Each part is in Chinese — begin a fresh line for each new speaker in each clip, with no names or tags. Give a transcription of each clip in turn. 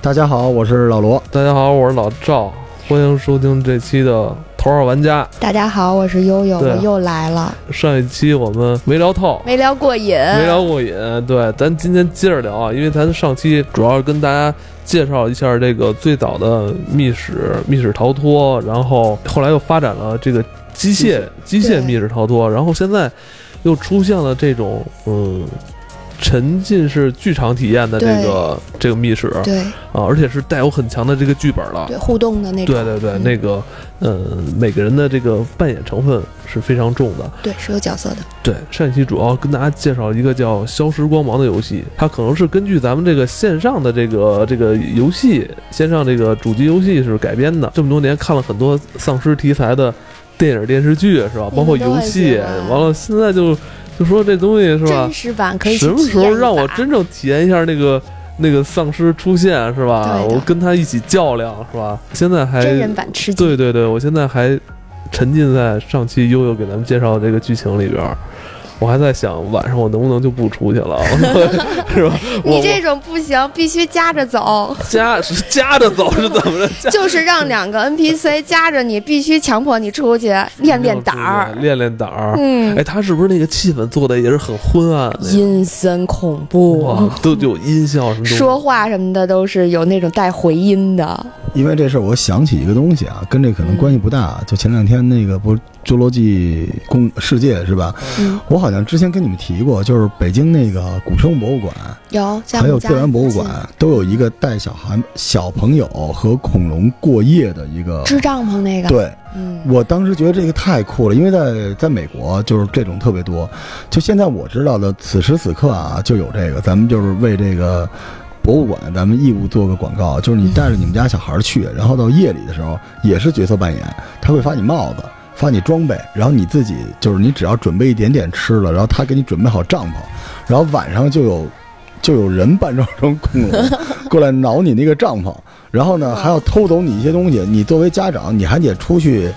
大家好，我是老罗。
大家好，我是老赵，欢迎收听这期的《头号玩家
大家好，我是悠悠，
对啊
我又来了，》。
上一期我们没聊透，
没聊过瘾，
没聊过瘾，对，咱今天接着聊啊，因为咱上期主要是跟大家介绍一下这个最早的密室、密室逃脱，然后后来又发展了这个机械机械
对
密室逃脱，然后现在又出现了这种嗯沉浸式剧场体验的这个这个密室啊，
对
而且是带有很强的这个剧本了。
对，互动的那种，
对对对，
嗯
那个，嗯，每个人的这个扮演成分是非常重的。
对是有角色的，
对，上一期主要跟大家介绍一个叫《消失光芒》的游戏，它可能是根据咱们这个线上的这个这个游戏，线上这个主机游戏是改编的。这么多年看了很多丧尸题材的电影电视剧，是吧？
你们
包括
都
游
很
戏
喜欢，
完了现在就就说这东西是吧
真？实版可以去
什么时
体
候
验一
让我
把
真正体验一下那个那个丧尸出现是吧？
对的
我跟他一起较量是吧？现在还
真人版 吃鸡？
哎对对对，我现在还沉浸在上期悠悠给咱们介绍的这个剧情里边儿，我还在想晚上我能不能就不出去 了，是吧？我
你
我
这种不行，必须夹着 走，
夹是夹着走是怎么着？夹
就是让两个 NPC 夹着你，必须强迫你出去练练胆儿
对，练练胆儿。
嗯
哎，，他是不是那个气氛做的也是很昏暗的呀？
阴森恐怖
哎哇，，都有音效什么的。
嗯说话什么的都是有那种带回音的，
因为这事儿，我想起一个东西啊，跟这可能关系不大。啊
嗯
就前两天那个不是《侏罗纪公世界》是吧？
嗯，
我好像之前跟你们提过，就是北京那个古生物博物馆，
有在
还
我
有
们家
自然博物
附近
馆，都有一个带小孩、小朋友和恐龙过夜的一个。
支帐篷那个，
对，
嗯，
我当时觉得这个太酷了，因为在在美国就是这种特别多。就现在我知道的，此时此刻啊，就有这个，咱们就是为这个博物馆，咱们义务做个广告，就是你带着你们家小孩去，然后到夜里的时候也是角色扮演，他会发你帽子。发你装备，然后你自己就是你只要准备一点点吃的，然后他给你准备好帐篷，然后晚上就有就有人扮装成恐龙 过来挠你那个帐篷，然后呢还要偷走你一些东西。你作为家长，你还得出去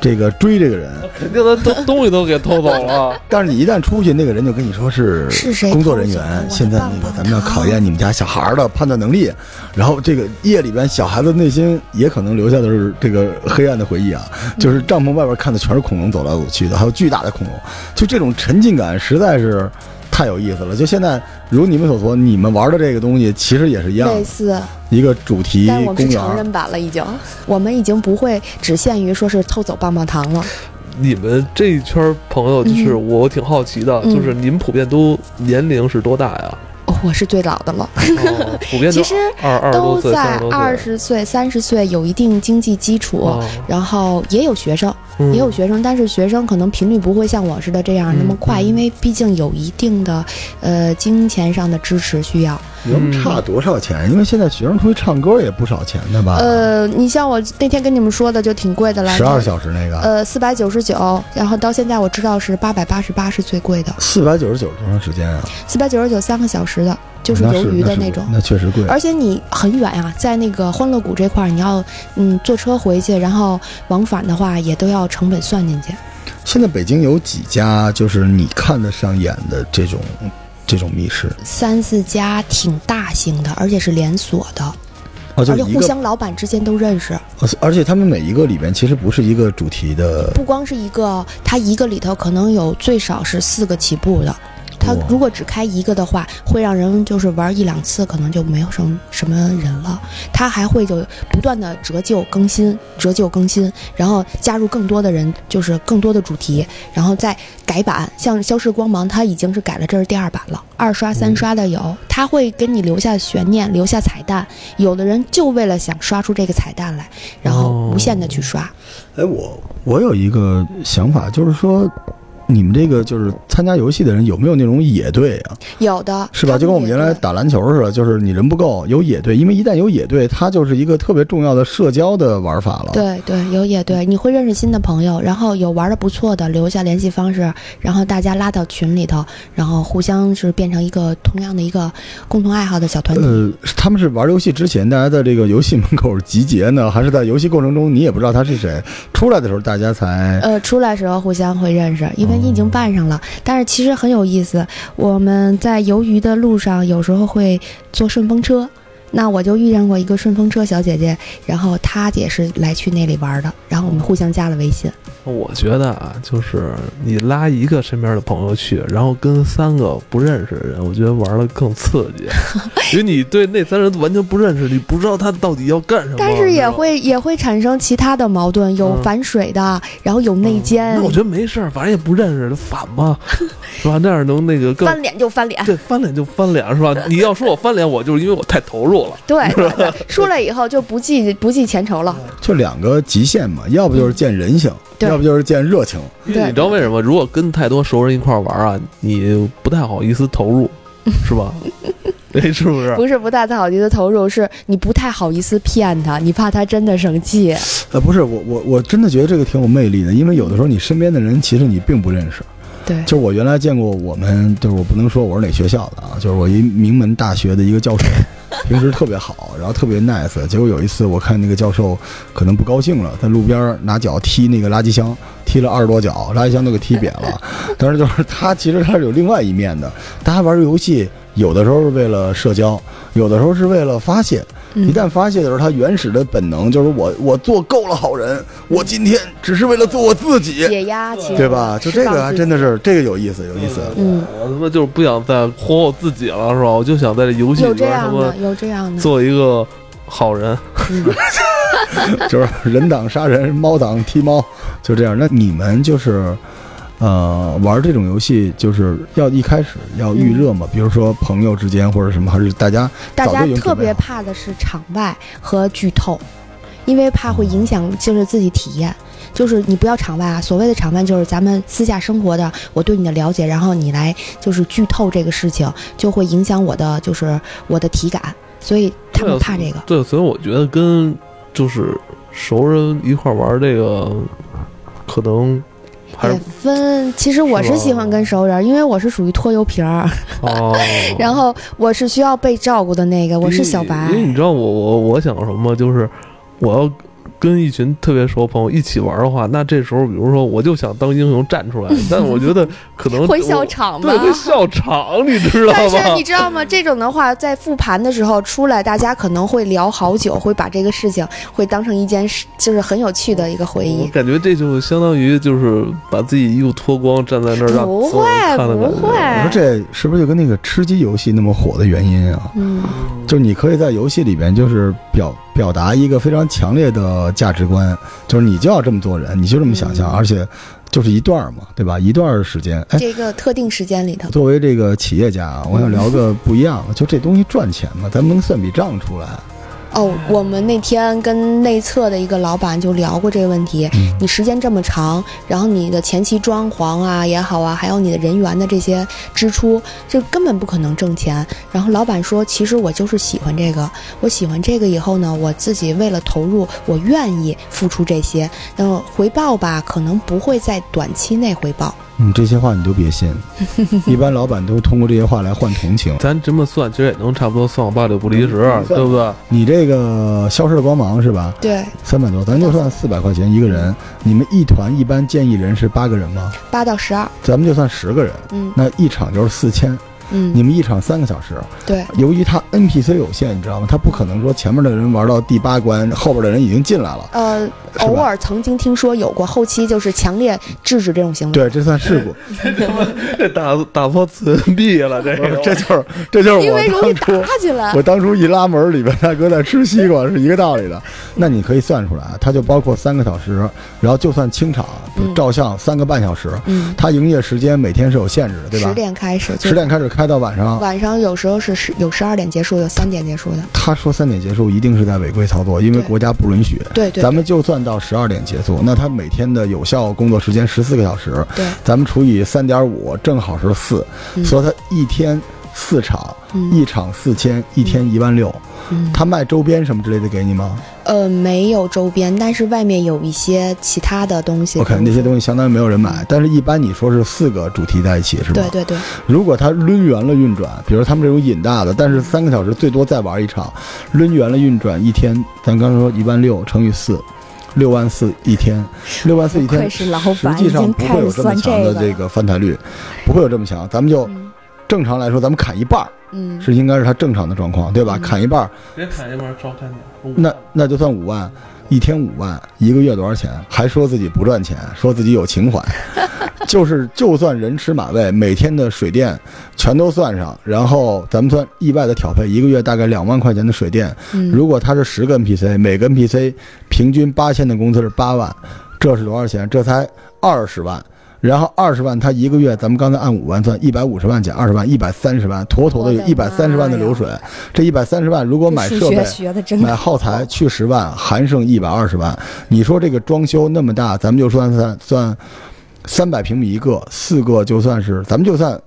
这个追这个人，
肯定他东东西都给偷走了。
但是你一旦出去，那个人就跟你说是
是谁
工作人
偷走了我
员。
的
现在
棒
那个
棒
咱们要
糖
考验你们家小孩儿的判断能力，然后这个夜里边小孩子内心也可能留下的是这个黑暗的回忆啊，
嗯
就是帐篷外边看的全是恐龙走来走去的，还有巨大的恐龙，就这种沉浸感实在是太有意思了。就现在如你们所说，你们玩的这个东西其实也是一样的
类似。
一个主题
但我们
公
是
园
成
儿。
人版了，已经，我们已经不会只限于说是偷走棒棒糖了。
你们这一圈儿朋友，就是
嗯
我挺好奇的，
嗯
就是你们普遍都年龄是多大 呀？
哦，我是最老的了，
哦普遍都
其实
二二十多
都
岁，三
在
十多岁，
二十岁、三十岁有一定经济基础。
哦
然后也有学生，
嗯
也有学生，但是学生可能频率不会像我似的这样那么快，
嗯嗯
因为毕竟有一定的，呃，金钱上的支持需要。
能差多少钱？因为现在学生出去唱歌也不少钱的吧？
呃，你像我那天跟你们说的就挺贵的了，
十二小时啊那个。
呃，四百九十九，然后到现在我知道是八百八十八是最贵的，
四百九十九多长时间啊？
四百九十九三个小时的，就是
那
鱿鱼的
那
那
是
种。
那确实贵。
而且你很远啊，在那个欢乐谷这块儿，你要嗯坐车回去，然后往返的话也都要成本算进去。
现在北京有几家就是你看得上眼的这种这种密室
三四家挺大型的，而且是连锁的，
啊？就
而且
一
互
个，呃
相老板之间都认识。
而且他们每一个里边其实不是一个主题的，
不光是一个，它一个里头可能有最少是四个起步的。它
哇
如果只开一个的话，会让人就是玩一两次，可能就没有什么什么人了。它还会就不断的折旧更新，折旧更新，然后加入更多的人，就是更多的主题，然后再改版。像《消失光芒》，它已经是改了，这是第二版了，二刷、三刷的有。它会给你留下悬念，留下彩蛋。有的人就为了想刷出这个彩蛋来，然后无限的去刷。
哎，我我有一个想法，就是说，你们这个就是参加游戏的人有没有那种野队啊？
有的
是吧？就跟我们原来打篮球似的，就是你人不够，有野队，因为一旦有野队，它就是一个特别重要的社交的玩法了。，
对对，有也对，你会认识新的朋友，然后有玩的不错的，留下联系方式，然后大家拉到群里头，然后互相是变成一个同样的一个共同爱好的小团体。
呃，他们是玩游戏之前，大家在这个游戏门口集结呢，还是在游戏过程中你也不知道他是谁，出来的时候大家才
呃，出来时候互相会认识，因为你已
哦
经办上了。但是其实很有意思，我们在游鱼的路上有时候会坐顺风车。那我就遇见过一个顺风车小姐姐，然后她也是来去那里玩的，然后我们互相加了微信。
我觉得啊，就是你拉一个身边的朋友去，然后跟三个不认识的人，我觉得玩的更刺 激，因为你对那三人完全不认识，你不知道他到底要干什么。
但是也
那种
会也会产生其他的矛盾，有
嗯
反水的，然后有内奸
那，我觉得没事儿，反正也不认识，就反 嘛，是吧？那样能那个更
翻脸就翻脸。
对翻脸就翻脸是 吧？你要说我翻脸，我就是因为我太投入了。
对对 对， 输了以后就不计不计前仇了。
就两个极限嘛，要不就是见人性，
对
要不就是见热情。
因为你知道为什么？如果跟太多熟人一块儿玩啊，你不太好意思投入，是 吧？对，是不是？
不是不太好意思投入，是你不太好意思骗他，你怕他真的生气。
呃，不是我我我真的觉得这个挺有魅力的，因为有的时候你身边的人其实你并不认识。
对，
就是我原来见过我们，就是我不能说我是哪学校的啊，就是我一名门大学的一个教授，平时特别好，然后特别 nice。结果有一次我看那个教授可能不高兴了，在路边儿拿脚踢那个垃圾箱，踢了二十多脚，垃圾箱都给踢扁了。但是就是他其实他是有另外一面的，大家玩游戏有的时候是为了社交，有的时候是为了发泄。一旦发泄的时候，他原始的本能就是我我做够了好人，我今天只是为了做我自己。
解压其实
对吧？就这
嗯
个
啊
释放
还
自己
真的是这个有意思，有意思。
嗯，
我他妈就是不想再活我自己了，是吧？我就想在这游戏
有
里
这
边他
样
妈
的，有这样的，
做一个好人。
嗯
就是人挡杀人，猫挡踢猫，就这样。那你们就是，呃，玩这种游戏就是要一开始要预热
嗯
嘛，比如说朋友之间或者什么，还是大家
大
早
家
就已经准备好
特别怕的是场外和剧透，因为怕会影响就是自己体验。就是你不要场外啊，所谓的场外就是咱们私下生活的，我对你的了解，然后你来就是剧透这个事情，就会影响我的就是我的体感，所以他们怕这个。
对，所以我觉得跟就是熟人一块儿玩这个，可能还是
也分，其实我是喜欢跟熟人，因为我是属于拖油瓶儿，
哦。
然后我是需要被照顾的那个，我是小白
因为。因为你知道我我我想什么，就是我要跟一群特别熟的朋友一起玩的话，那这时候比如说我就想当英雄站出来，但我觉得可能
会笑
我
场吧
对，？会笑场，你知道
但是
吗
你？知道吗？这种的话，在复盘的时候出来，大家可能会聊好久，会把这个事情会当成一件事，就是很有趣的一个回
我
忆。
感觉这就相当于就是把自己衣服脱光站在那儿让
不
所有人
会，
看的感
不
觉。
会。
你说这是不是就跟那个吃鸡游戏那么火的原因啊？
嗯，
就是你可以在游戏里边就是表表达一个非常强烈的价值观，就是你就要这么做人，你就这么想象，
嗯
而且就是一段儿嘛，对吧？一段儿时间，哎，
这个特定时间里头，
作为这个企业家啊，我想聊个不一样的，就这东西赚钱嘛，咱们能算笔账出来。
哦，我们那天跟内测的一个老板就聊过这个问题。
嗯
你时间这么长，然后你的前期装潢啊也好啊，还有你的人员的这些支出，这根本不可能挣钱。然后老板说，其实我就是喜欢这个，我喜欢这个以后呢，我自己为了投入，我愿意付出这些，那么回报吧，可能不会在短期内回报。
嗯，这些话你都别信， 一般老板都通过这些话来换同情。
咱这么算，其实也能差不多算我八九不离十，对不对？
你这个消失的光芒是吧？
对，
三百多，咱就算四百块钱一个人。你们一团一般建议人是八个人吗？
八到十二，
咱们就算十个人，
嗯
那一场就是四千。
嗯，
你们一场三个小时，
对
由于他 NPC 有限，你知道吗？他不可能说前面的人玩到第八关，后边的人已经进来了。
呃，
是吧
偶尔曾经听说有过，后期就是强烈制止这种行为。
对，这 算事故。
这 打打破次元壁了，这个
这就是这就是
因
我
为容易
当初
打进来
我。当初一拉门，里边大哥在吃西瓜是一个道理的。那你可以算出来，它就包括三个小时，然后就算清场
嗯
照相三个半小时，
嗯，
它营业时间每天是有限制的，对吧
十？点开始，就
十点开始开到晚上。
晚上有时候是十有十二点结束，有三点结束的。
他说三点结束，一定是在违规操作，因为
对
国家不允许。
对对，
咱们就算到十二点结束，那他每天的有效工作时间十四个小时，
对，
咱们除以三点五，正好是四，
嗯
所以他一天四场，
嗯
一场四千，一天一万六。
嗯，
他卖周边什么之类的给你吗
呃没有周边，但是外面有一些其他的东西。
哦？OK，那些东
西。
西相当于没有人买，但是一般你说是四个主题在一起是吧？哦
对。对对，
如果他抡圆了运转，比如他们这种引大的，但是三个小时最多再玩一场，抡圆了运转一天，咱刚才说一万六乘以四。六万四一天，六万四一
不
天，
愧是老板
实际上不会有这么强
已经开始
的
算这个
这个翻台率，不会有这么强。咱们就
嗯
正常来说，咱们砍一半儿，
嗯，
是应该是他正常的状况，对吧？
嗯
砍一半儿，
别砍一半，少砍点。
那那就算五万，一天五万，一个月多少钱？还说自己不赚钱，说自己有情怀， 就是就算人吃马喂，每天的水电全都算上，然后咱们算意外的调配，一个月大概两万块钱的水电。
嗯
如果他是十个 NPC，每个 NPC 平均八千的工资是八万，这是多少钱？这才二十万。然后二十万，他一个月，咱们刚才按五万算，一百五十万减二十万，一百三十万，妥妥的有一
我的妈
百
呀
三十万的流水。这一百三十万，如果买
数
设备
学，学的 真
买
的
耗材去十万，还剩一百二十万。你说这个装修那么大，咱们就算算算三百平米一个，四个就算是咱们就算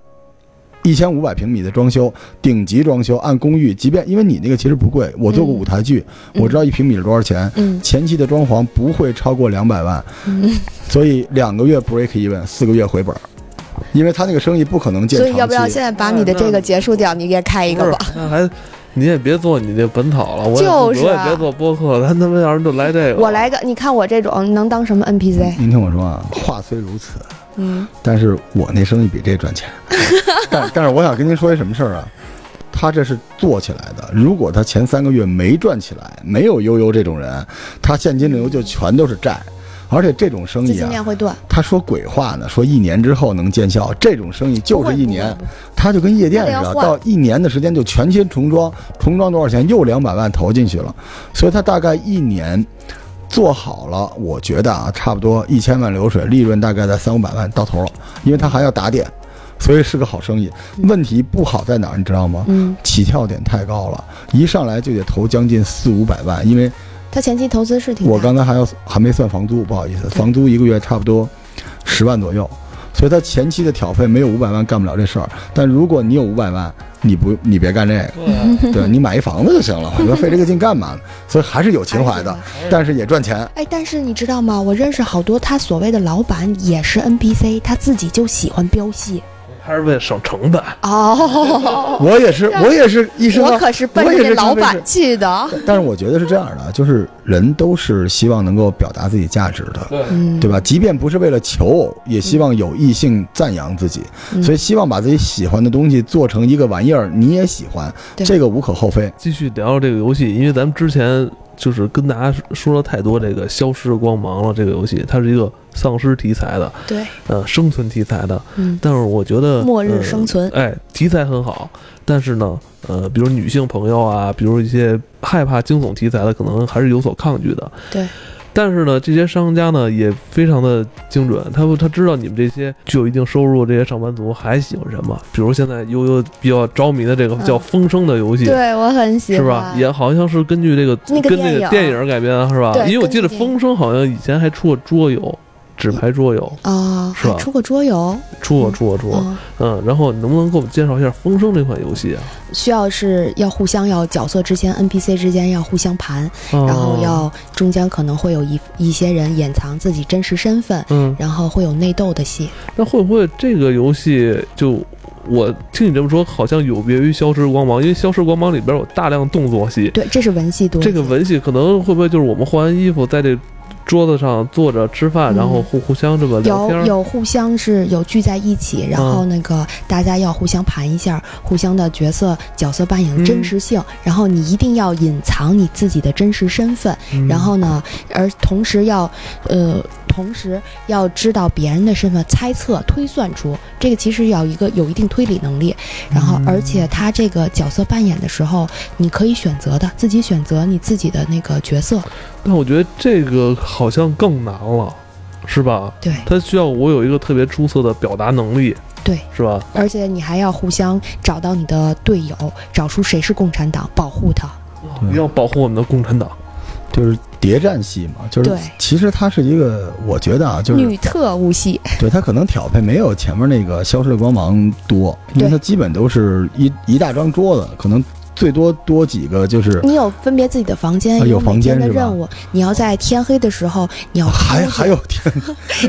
一千五百平米的装修，顶级装修按公寓，即便因为你那个其实不贵，我做过
嗯
舞台剧，
嗯
我知道一平米是多少钱。
嗯
前期的装潢不会超过两百万，
嗯，
所以两个月 break even，四个月回本儿，因为他那个生意不可能建
所以
长期。
要不要现在把你的这个结束掉？你也开一
不
个
是
吧。，
那还你也别做你这本草了，我也
就是
我也
啊
别做播客了，咱他妈要是就来这个，
我来个，你看我这种能当什么 NPC？
您听我说啊，话虽如此，
嗯，
但是我那生意比这赚 钱。但但是我想跟您说一什么事儿啊？他这是做起来的。如果他前三个月没赚起来，没有悠悠这种人，他现金流就全都是债。而且这种生
嗯资
意
金
啊，
链会断，
他说鬼话呢，说一年之后能见效。这种生意就
不会
是一
不会
年
不，会
他就跟夜店似
那得
的，
要换
到一年的时间就全新重装，重装多少钱？又两百万投进去了，所以他大概一年做好了，我觉得啊，差不多一千万流水，利润大概在三五百万到头了，因为他还要打点，所以是个好生意。问题不好在哪儿，你知道吗？
嗯，
起跳点太高了，一上来就得投将近四五百万，因为
他前期投资是挺大的
我刚才还要还没算房租，不好意思，房租一个月差不多十万左右，所以他前期的挑费没有五百万干不了这事儿。但如果你有五百万，你不你别干这个，
对
对你买一房子就行了，你说费这个劲干嘛呢？所以还是有情怀的，但是也赚钱。
哎，但是你知道吗？我认识好多他所谓的老板也是 NPC，他自己就喜欢飙戏
还是为了省成本。
哦。
我也是，我也 是医生啊
我，可是奔
我也
着
是
这老
这么
板去的。
但是我觉得是这样的，啊就是人都是希望能够表达自己价值的。
对
嗯，
对吧？即便不是为了求偶，也希望有异性赞扬自己，
嗯
所以希望把自己喜欢的东西做成一个玩意儿，你也喜欢，
对
这个无可厚非。
继续聊这个游戏，因为咱们之前就是跟大家说了太多这个《消失的光芒》了。这个游戏它是一个丧尸题材的，
对，
呃，生存题材的。
嗯，
但是我觉得
末日
呃
生存
哎，题材很好，但是呢，呃，比如女性朋友啊，比如一些害怕惊悚题材的，可能还是有所抗拒的。
对。
但是呢，这些商家呢也非常的精准，他他知道你们这些具有一定收入的这些上班族还喜欢什么，比如现在悠悠比较着迷的这个叫
嗯
《风声》的游戏，
对我很喜
是
欢。
吧？也好像是根据这个
那个
跟那个电
电影
影改编的是吧？
对
因为我记得《
根据电影
风声》好像以前还出过桌游，纸牌桌游
啊，
是吧
还出过桌游，
出过出过出过。
嗯，
嗯，然后你能不能给我们介绍一下《风声》这款游戏啊？
需要是要互相要角色之间 NPC 之间要互相盘，
哦
然后要中间可能会有一一些人掩藏自己真实身份，
嗯，
然后会有内斗的戏。
那会不会这个游戏就我听你这么说，好像有别于《消失光芒》，因为《消失光芒》里边有大量动作戏，
对，这是文戏多。
这个文戏可能会不会就是我们换完衣服在这桌子上坐着吃饭，
嗯
然后互互相这么聊
有
天儿？
有互相是有聚在一起，然后那个大家要互相盘一下互相的角色角色扮演
嗯
的真实性，然后你一定要隐藏你自己的真实身份，
嗯
然后呢，而同时要呃，同时要知道别人的身份，猜测推算出这个其实要一个有一定推理能力，然后而且他这个角色扮演的时候，你可以选择的自己选择你自己的那个角色，
但我觉得这个好像更难了，是吧？
对
它需要我有一个特别出色的表达能力，
对，
是吧？
而且你还要互相找到你的队友，找出谁是共产党，保护他。
一定要保护我们的共产党。
就是谍战戏嘛，就是
对
其实它是一个，我觉得啊，就是
女特务系，
对它可能挑配没有前面那个消失的光芒多，因为
对
它基本都是一一大张桌子，可能最多多几个就是。
你有分别自己的房间，
啊有
有每天
房间
的
是吧
任务，你要在天黑的时候，你要
还
出去
还有天，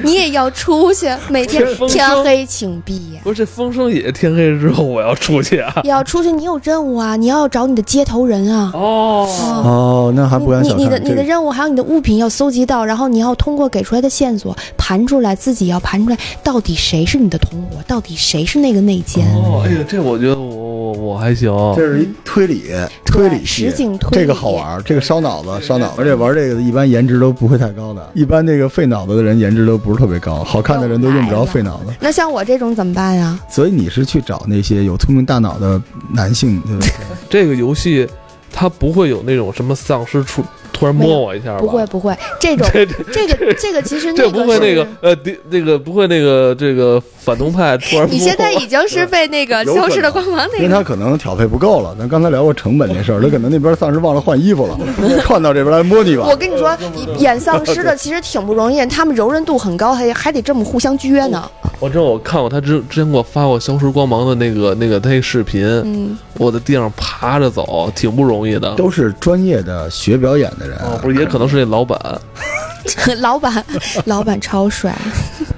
你也要出去，每天
天风
天
声
黑请闭眼。
不是这风声也天黑之后我要出去 啊！
也要出去，你有任务啊，你要找你的接头人啊。
哦，
哦，那还不敢
你
小
你你
看
的
这
你
个。
的任务还有你的物品要搜集到，然后你要通过给出来的线索盘出来，自己要盘出来到底谁是你的同伙，到底谁是那个内奸。
哦哦，哎呀，这我觉得我我我我还行，
这是一推理推
对
理系
实，景推
这
理，
个好玩，儿，这个烧脑子烧脑子，而且玩这个的一般颜值都不会太高的，一般这个费脑子的人颜值都不是特别高，好看的人都用不着费脑子。
那像我这种怎么办呀？
所以你是去找那些有聪明大脑的男性，对吧？
这个游戏它不会有那种什么丧尸出突然摸我一下吧？
不会不会，这 种
这这
这个这个其实
这不会那个
是
呃，敌那个不会那个这个反动派突然摸我。
你现在已经是被那个
啊
有可
消
能
失的光芒
因
那
为他
个，
可能调配不够了。咱刚才聊过成本这事儿，他可能那边丧尸忘了换衣服 了，换到这边来摸你吧
我。跟你说，演丧尸的其实挺不容易，他们柔韧度很高，还还得这么互相约呢。
我知道我看过他之之前给我发过消失光芒的那个那个他那视频，
嗯，
我在地上爬着走，挺不容易的。
都是专业的学表演的人，
哦，不是，也可能是那老板。
老板，老板超帅，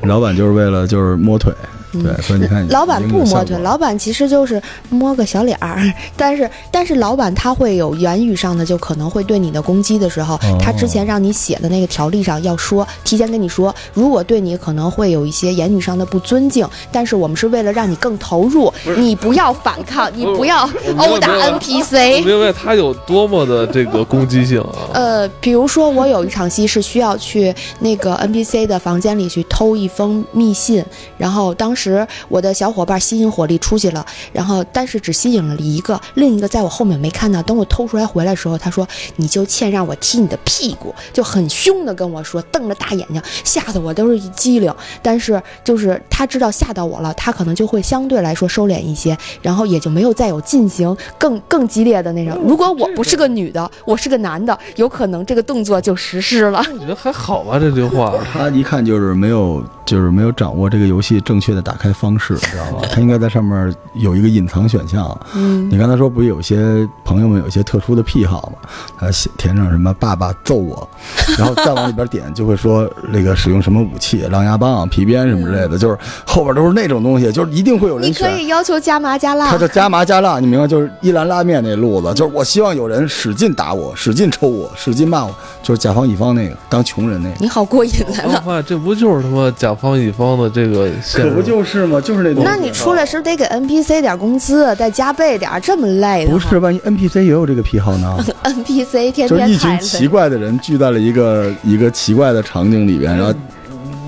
老板就是为了就是摸腿，
嗯
对，所以你看，
老板不摸腿，
已经有效果
老板其实就是摸个小脸儿，但是但是老板他会有言语上的，就可能会对你的攻击的时候，
哦
他之前让你写的那个条例上要说，提前跟你说，如果对你可能会有一些言语上的不尊敬，但是我们是为了让你更投入，你不要反抗，你不要
我
殴打
没有没有我
NPC。
明白他有多么的这个攻击性啊！
哎呃，比如说我有一场戏是需要去那个 NPC 的房间里去偷一封密信，然后当时我的小伙伴吸引火力出去了，然后但是只吸引了一个，另一个在我后面没看到。等我偷出来回来的时候，他说：“你就欠让我踢你的屁股！”就很凶的跟我说，瞪着大眼睛，吓得我都是一激灵。但是就是他知道吓到我了，他可能就会相对来说收敛一些，然后也就没有再有进行更更激烈的那种。如果我不是个女的，我是个男的，有可能这个动作就实施了。
我觉得还好吧，这句话。
他一看就是没有，就是没有掌握这个游戏正确的打开方式，你知道吗？ 他应该在上面有一个隐藏选项。
嗯，
你刚才说不是有些朋友们有一些特殊的癖好吗？他写填上什么“爸爸揍我”， 然后再往里边点就会说那个使用什么武器，狼牙棒、皮鞭什么之类的，就是后边都是那种东西，就是一定会有
嗯
人
你可
选。
以要求加麻加
他
辣
就，加麻加辣，你明白？就是一兰拉面那路
嗯
子，就是我希望有人使劲打我，使劲抽我，使劲骂我，就是甲方乙方那个当穷人那个。
你好过瘾啊来
我
了。
发现这不就是他妈甲方乙方的这个现实？
就是嘛，就是那啊
那你出来是不是得给 NPC 点工资，再加倍点儿，这么累的
不
话？
是，万一 NPC 也有这个癖好 呢？
NPC 天
就是一
天
群
太
奇
累。
怪的人聚在了一个一个奇怪的场景里边，然后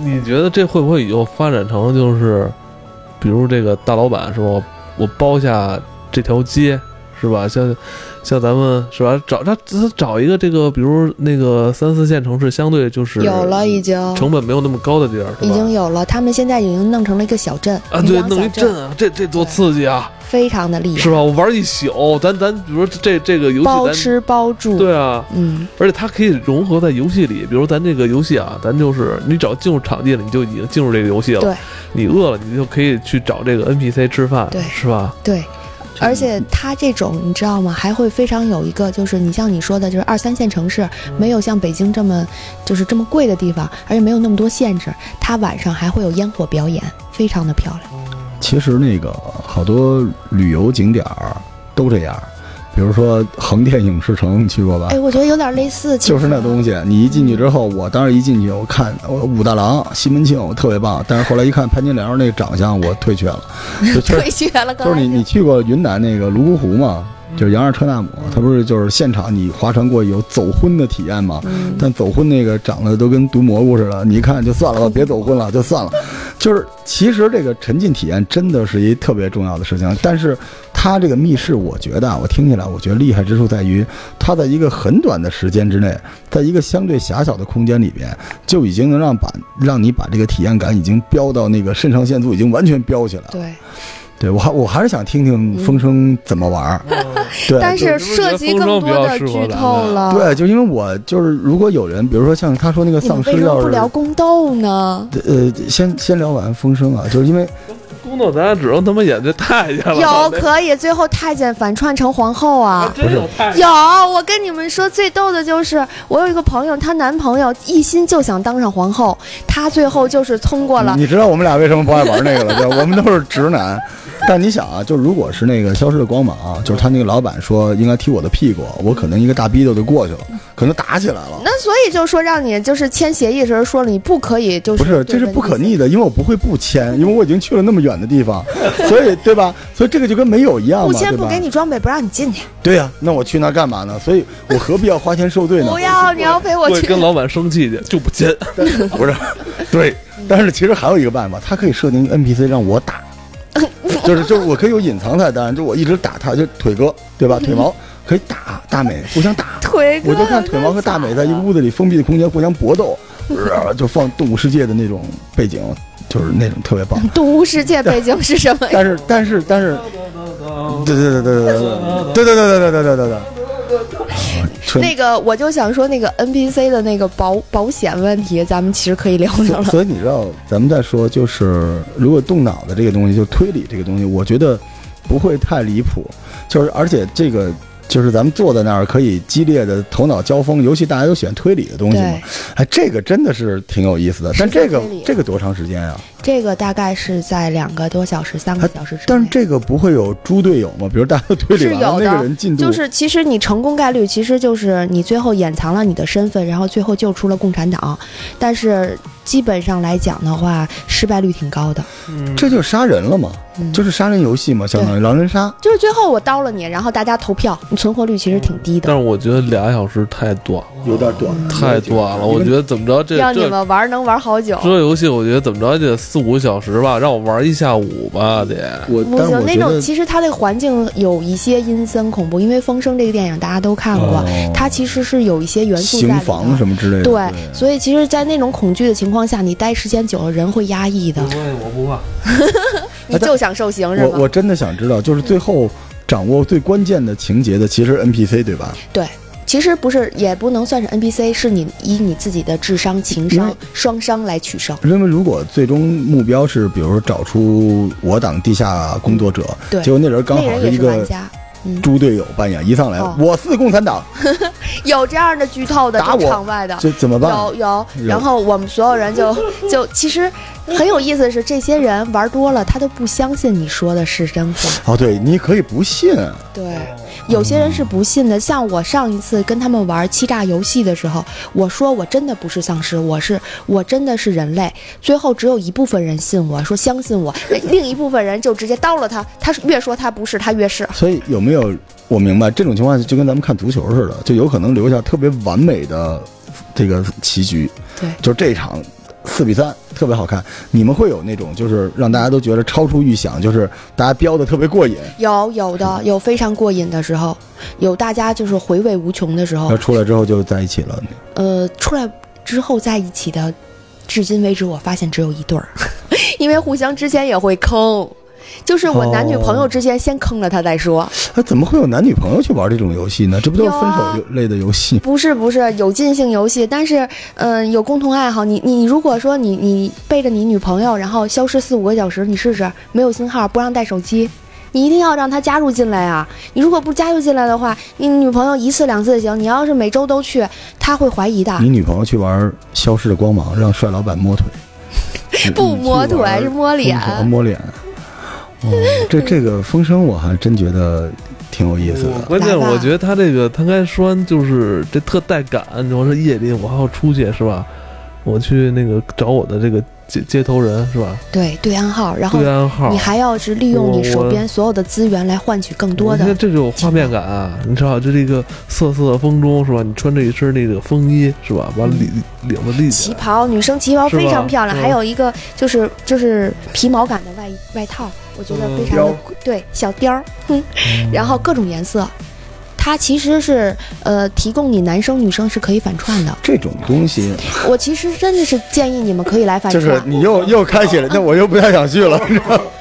你觉得这会不会以后发展成就是，比如这个大老板说，我包下这条街，是吧？像像咱们是吧？找他他找一个这个，比如那个三四线城市，相对就是
有了已经，
成本没有那么高的地儿，是
已
吧？
经有了，他们现在已经弄成了一个小镇
啊，
渔
对，
港
弄
小
一
镇
阵啊，这这多刺激啊，
非常的厉
是
害，
吧？我玩一宿，咱咱比如这这个游
包
戏，
吃包
咱
住，
对啊，
嗯，
而且它可以融合在游戏里，比如咱这个游戏啊，咱就是你只要进入场地了，你就已经进入这个游戏了。
对，
你饿了，你就可以去找这个 NPC 吃饭，
对
是吧？
对。而且它这种你知道吗？还会非常有一个，就是你像你说的，就是二三线城市
嗯
没有像北京这么就是这么贵的地方，而且没有那么多限制。它晚上还会有烟火表演，非常的漂亮。
啊
其实那个好多旅游景点儿都这样，比如说横店影视城，你去过吧？
哎，我觉得有点类似，其
就是那
实
东西，你一进去之后，我当时一进去，我看我武大郎、西门庆我特别棒，但是后来一看潘金莲那个长相，我退却了。就确实
退学了，
就是你你去过云南那个泸沽湖吗？就是杨二车纳姆，他不是就是现场你划船过去有走婚的体验吗？但走婚那个长得都跟毒蘑菇似的，你一看就算了吧，别走婚了，就算了。就是其实这个沉浸体验真的是一特别重要的事情，但是它这个密室，我觉得啊，我听起来我觉得厉害之处在于，它在一个很短的时间之内，在一个相对狭小的空间里边，就已经能让把让你把这个体验感已经飙到那个肾上腺素已经完全飙起来了。
对，
对我还我还是想听听
嗯
风声怎么玩儿，对，
但是涉及更多的剧透了。
对，就因为我就是如果有人，比如说像他说那个
你们
丧尸
为什么
要
不
是
聊宫斗呢？
呃，先先聊完风声啊，就是因为
工作咱俩只能他妈演这 太监了，
有
那
可以，最后太监反串成皇后啊！
真有太监。
有，我跟你们说，最逗的就是我有一个朋友，她男朋友一心就想当上皇后，她最后就是通过了。
你知道我们俩为什么不爱玩那个了？对，我们都是直男。但你想啊，就如果是那个消失的光芒啊、就是他那个老板说应该踢我的屁股，我可能一个大逼斗就过去了，可能打起来了。
那所以就说让你就是签协议时候说了，你不可以就是
不是，这是不可逆的，因为我不会不签，因为我已经去了那么远的地方，所以对吧？所以这个就跟没有一样
物
嘛，
谦
对
不
吧？
给你装备，不让你进去。
对呀、那我去那儿干嘛呢？所以我何必要花钱受罪呢？
不要，你要陪我
会
去。
跟老板生气去，就不接。
不是，对，但是其实还有一个办法，他可以设定 NPC 让我打，就是就是我可以有隐藏菜单，就我一直打他，就腿哥对吧？腿毛可以打大美，互相打。
腿哥，
我就看腿毛和大美在一个屋子里封闭的空间互相搏斗，呃就放动物世界的那种背景，就是那种特别棒。
动物世界背景是什么呀？
但是但是但是，对对对对对对对对对对对对对对对。纯
那个，我就想说那个 NPC 的那个保保险问题，咱们其实可以聊聊了。
所 所以你知道，咱们在说就是如果动脑的这个东西，就推理这个东西，我觉得不会太离谱。就是而且这个就是咱们坐在那儿可以激烈的头脑交锋，尤其大家都喜欢推理的东西嘛
对。，
哎，这个真的是挺有意思的。
是
但这个
推理
这个多长时间啊？
这个大概是在两个多小时、三个小时之内。
但是这个不会有猪队友吗？比如大家都推理
是
完了，
有
那
的
个人进度
就是其实你成功概率其实就是你最后掩藏了你的身份，然后最后救出了共产党，但是基本上来讲的话，失败率挺高的。
嗯
这就是杀人了嘛？
嗯
就是杀人游戏嘛，相当于狼人杀。
就是最后我刀了你，然后大家投票，你存活率其实挺低的。
但是我觉得俩小时太短了，
有点短，
太短了。我觉得怎么着这
让你
这
们玩儿能玩儿好久。
这游戏，我觉得怎么着也得四五个小时吧，让我玩一下午吧得。
我，
不
但是
行，
我
那
觉
种
得
其实它的环境有一些阴森恐怖，因为《风声》这个电影大家都看过，
哦
它其实是有一些元素在
刑
里
房
的。
什么之类的。
对，所以其实，在那种恐惧的情况下，你待时间久了，人会压抑的。
我不怕。
你就想受刑是
嗯呃我
吗？
我真的想知道，就是最后掌握最关键的情节的，其实是 NPC 对吧？
其实不是，也不能算是 NPC，是你以你自己的智商、情
因
商
为
双商来取胜。
因为如果最终目标是，比如说找出我党地下工作者，
对
结果那人刚
那
好
人也
一
是玩
个
家，
猪队友扮演，一上来、
哦
我是共产党，
有这样的剧透的，
打
就
我
场外的。
这怎么办？
有有，
有
然后我们所有人就就其实
很有意思的是，这些人玩多了，他都不相信你说的是真话。
哦，对，你可以不信，
对，有些人是不信的。像我上一次跟他们玩欺诈游戏的时候，我说我真的不是丧尸，我是我真的是人类。最后只有一部分人信我说相信我，
另一部分人就直接刀了他，他越说他不是，他越是。
所以有没有？我明白这种情况就跟咱们看足球似的，就有可能留下特别完美的这个棋局。
对
就是这一场四比三特别好看。你们会有那种就是让大家都觉得超出预想，就是大家飙的特别过瘾，
有有的有非常过瘾的时候，有大家就是回味无穷的时
然后
候，
出来之后就在一起了。
呃，出来之后在一起的，至今为止我发现只有一对儿。
因为互相之间也会坑，就是我男女
哦
朋友之间先坑了他再说。
哎，怎么会有男女朋友去玩这种游戏呢？这不都是分手游类的游戏吗？
不是不是有尽兴游戏，但是嗯、呃有共同爱好。你你如果说你你背着你女朋友，然后消失四五个小时，你试试没有信号，不让带手机。你一定要让她加入进来啊！你如果不加入进来的话，你女朋友一次两次行，你要是每周都去，她会怀疑的。
你女朋友去玩《消失的光芒》，让帅老板 摸腿，你
不
你去
摸腿
玩
是摸脸
疯狂摸脸。哦，这这个风声我还真觉得挺有意思的。
嗯关键
来吧
我觉得他这个，他刚才说完就是这特带感。你说是夜里我还要出去是吧？我去那个找我的这个接接头人是吧？
对对暗号，然后
对暗号
你。还要是利用你手边所有的资源来换取更多
你看
的。
这就有画面感啊！你知道，这这个瑟瑟风中是吧？你穿着一身那个风衣是吧？把领
嗯
领子立起
旗
来，
袍，女生旗袍
是吧
非常漂
嗯
亮，还有一个就是就是皮毛感的外衣外套，我觉得非常的、
貂
对小貂儿，然后各种颜色，它其实是呃提供你男生女生是可以反串的。
这种东西
我其实真的是建议你们可以来反
就
串，
是你又又开启了，那我又不太想去了。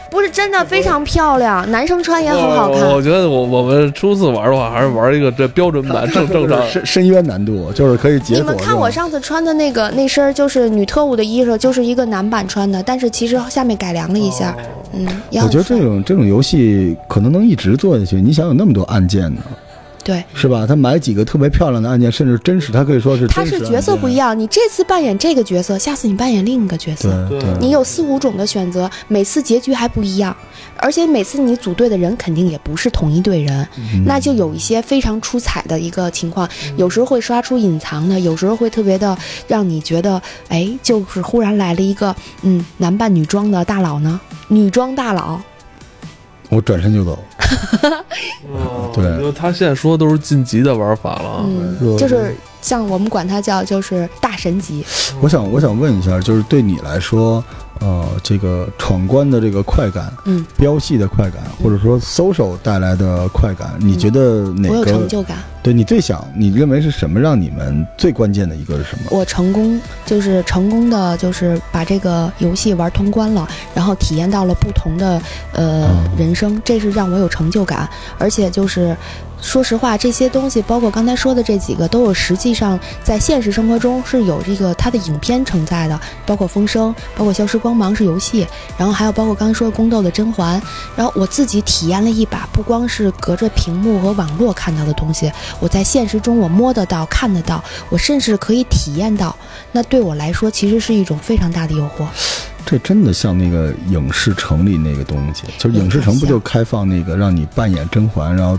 不是真的非常漂亮，男生穿也很好看。
我我觉得我我们初次玩的话，还是玩一个这标准版正正常。
深深渊难度，就是可以解
你
锁这种。
们看我上次穿的那个那身儿就是女特务的衣裳，就是一个男版穿的，但是其实下面改良了一下，嗯，也
我
很
觉得
帅
这种这种游戏可能能一直做下去。你想有那么多案件呢，
对，
是吧？他买几个特别漂亮的按键，甚至真实，他可以说是
他
真实
是
按
角色
键
不一样，你这次扮演这个角色，下次你扮演另一个角色，
对
对
对，
你有四五种的选择，每次结局还不一样，而且每次你组队的人肯定也不是同一队人，
嗯
那就有一些非常出彩的一个情况，有时候会刷出隐藏的，有时候会特别的让你觉得，哎，就是忽然来了一个嗯男扮女装的大佬呢，女装大佬，
我转身就走。
哦
对
因为他现在说的都是晋级的玩法了啊。
对
嗯，就是像我们管它叫就是大神级，
我想，我想问一下，就是对你来说，呃，这个闯关的这个快感，
嗯，
飙戏的快感，或者说 social 带来的快感，你觉得哪
嗯我有成
个？
就感。
对你最想，你认为是什么让你们最关键的一个是什么？
我成功就是成功的就是把这个游戏玩通关了，然后体验到了不同的呃
嗯
人生，这是让我有成就感，而且就是。说实话，这些东西包括刚才说的这几个，都有实际上在现实生活中是有这个它的影片承载的，包括《风声》，包括《消失光芒》是游戏，然后还有包括刚才说的宫斗的甄嬛，然后我自己体验了一把，不光是隔着屏幕和网络看到的东西，我在现实中我摸得到、看得到，我甚至可以体验到，那对我来说其实是一种非常大的诱惑。
这真的像那个影视城里那个东西，就是影视城不就开放那个让你扮演甄嬛，然后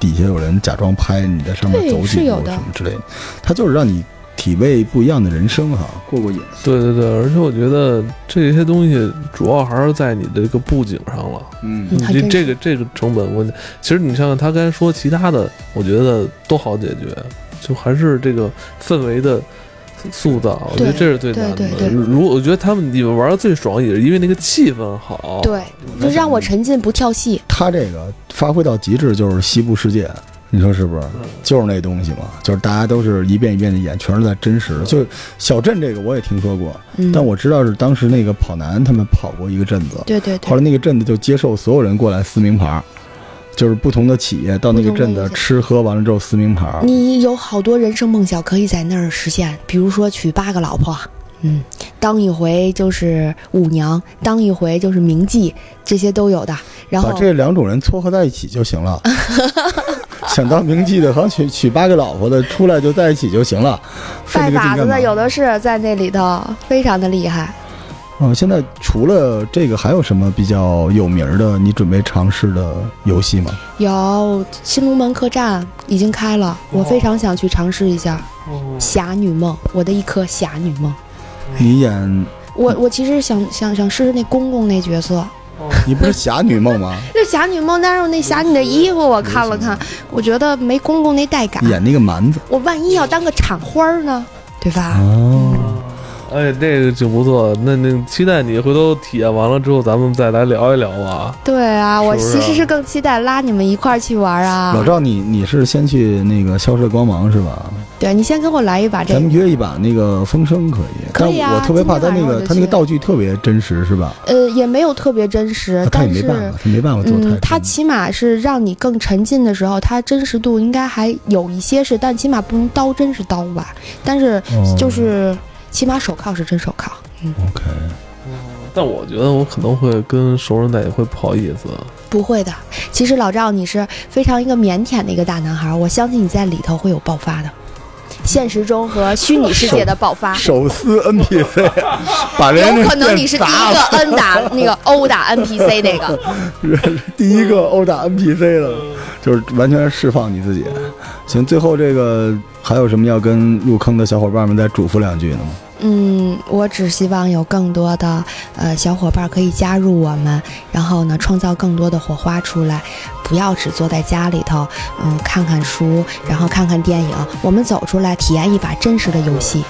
底下有人假装拍你在上面
对
走
是
几
有
步
的
什么之类的，它就是让你体味不一样的人生哈，过过瘾。
对对对，而且我觉得这些东西主要还是在你的这个布景上了。
嗯
嗯还
你
真
这
是
个这个成本，我其实你像他刚才说其他的，我觉得都好解决，就还是这个氛围的塑造，我觉得
对
这是最难的
对对。对
如我觉得他们你们玩的最爽，也是因为那个气氛好。
对，
嗯
嗯就让我沉浸不跳戏。
他这个发挥到极致就是西部世界，你说是不是？
嗯，
就是那东西嘛，就是大家都是一遍一遍的演，全是在真
嗯
实的。就小镇这个我也听说过，
嗯，
但我知道是当时那个跑男他们跑过一个镇子，
对对
后
对
来那个镇子就接受所有人过来撕名牌儿，就是不同的企业到那个镇子吃喝完了之后撕名牌儿。
你有好多人生梦想可以在那儿实现，比如说娶八个老婆，嗯，当一回就是舞娘，当一回就是名妓，这些都有的。然
把
后
这两种人撮合在一起就 行了。想当名妓的和娶娶八个老婆的出来就在一起就行了。费
拜
这个劲
把子
干嘛
的有的是在那里头，非常的厉害。
嗯，现在除了这个，还有什么比较有名儿的？你准备尝试的游戏吗？
有新龙门客栈已经开了，我
哦
非常想去尝试一下《侠女梦》，我的一颗侠女梦。
你演
我我其实想想想试试那公公那角色，
你不是侠女梦吗？
那侠女梦，但是我那侠女的衣服我看了看，我觉得没公公那带感。
嗯演那个蛮子
我万一要当个产花儿呢，嗯对吧？
哦，
哎，这个挺不错。那那期待你回头体验完了之后，咱们再来聊一聊吧。
对啊，
是
我
不是
其实是更期待拉你们一块儿去玩啊
老。赵，你你是先去那个消失的光芒是吧？
对你先跟我来一把这
咱
个
们，约一把那个风声可以，
可以啊
但我特别怕他那
今天晚上
个
我就
他那个
去
道具特别真实是吧？
呃，也没有特别真实
啊，他也
但
没办
是
法，他没办法做太
嗯
真，
它起码是让你更沉浸的时候，它真实度应该还有一些是，但起码不能刀真是刀吧，但是
哦
就是起码手铐是真手铐。嗯，
OK，
但我觉得我可能会跟熟人在一起会不好意思。
不会的。其实老赵你是非常一个腼腆的一个大男孩，我相信你在里头会有爆发的。现实中和虚拟世界的爆发，
手撕 NPC，把人
有可能你是第一个 N 打那个殴打 NPC 那个，
个 第一个殴打 NPC 的，就是完全释放你自己。行，最后这个还有什么要跟入坑的小伙伴们再嘱咐两句呢吗？
嗯，我只希望有更多的呃小伙伴可以加入我们，然后呢，创造更多的火花出来，不要只坐在家里头，嗯，看看书，然后看看电影，我们走出来，体验一把真实的游戏。